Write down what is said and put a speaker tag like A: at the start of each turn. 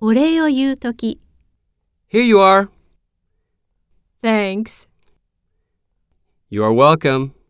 A: お礼を言うとき、
B: Here you are.
A: Thanks.
B: You are welcome.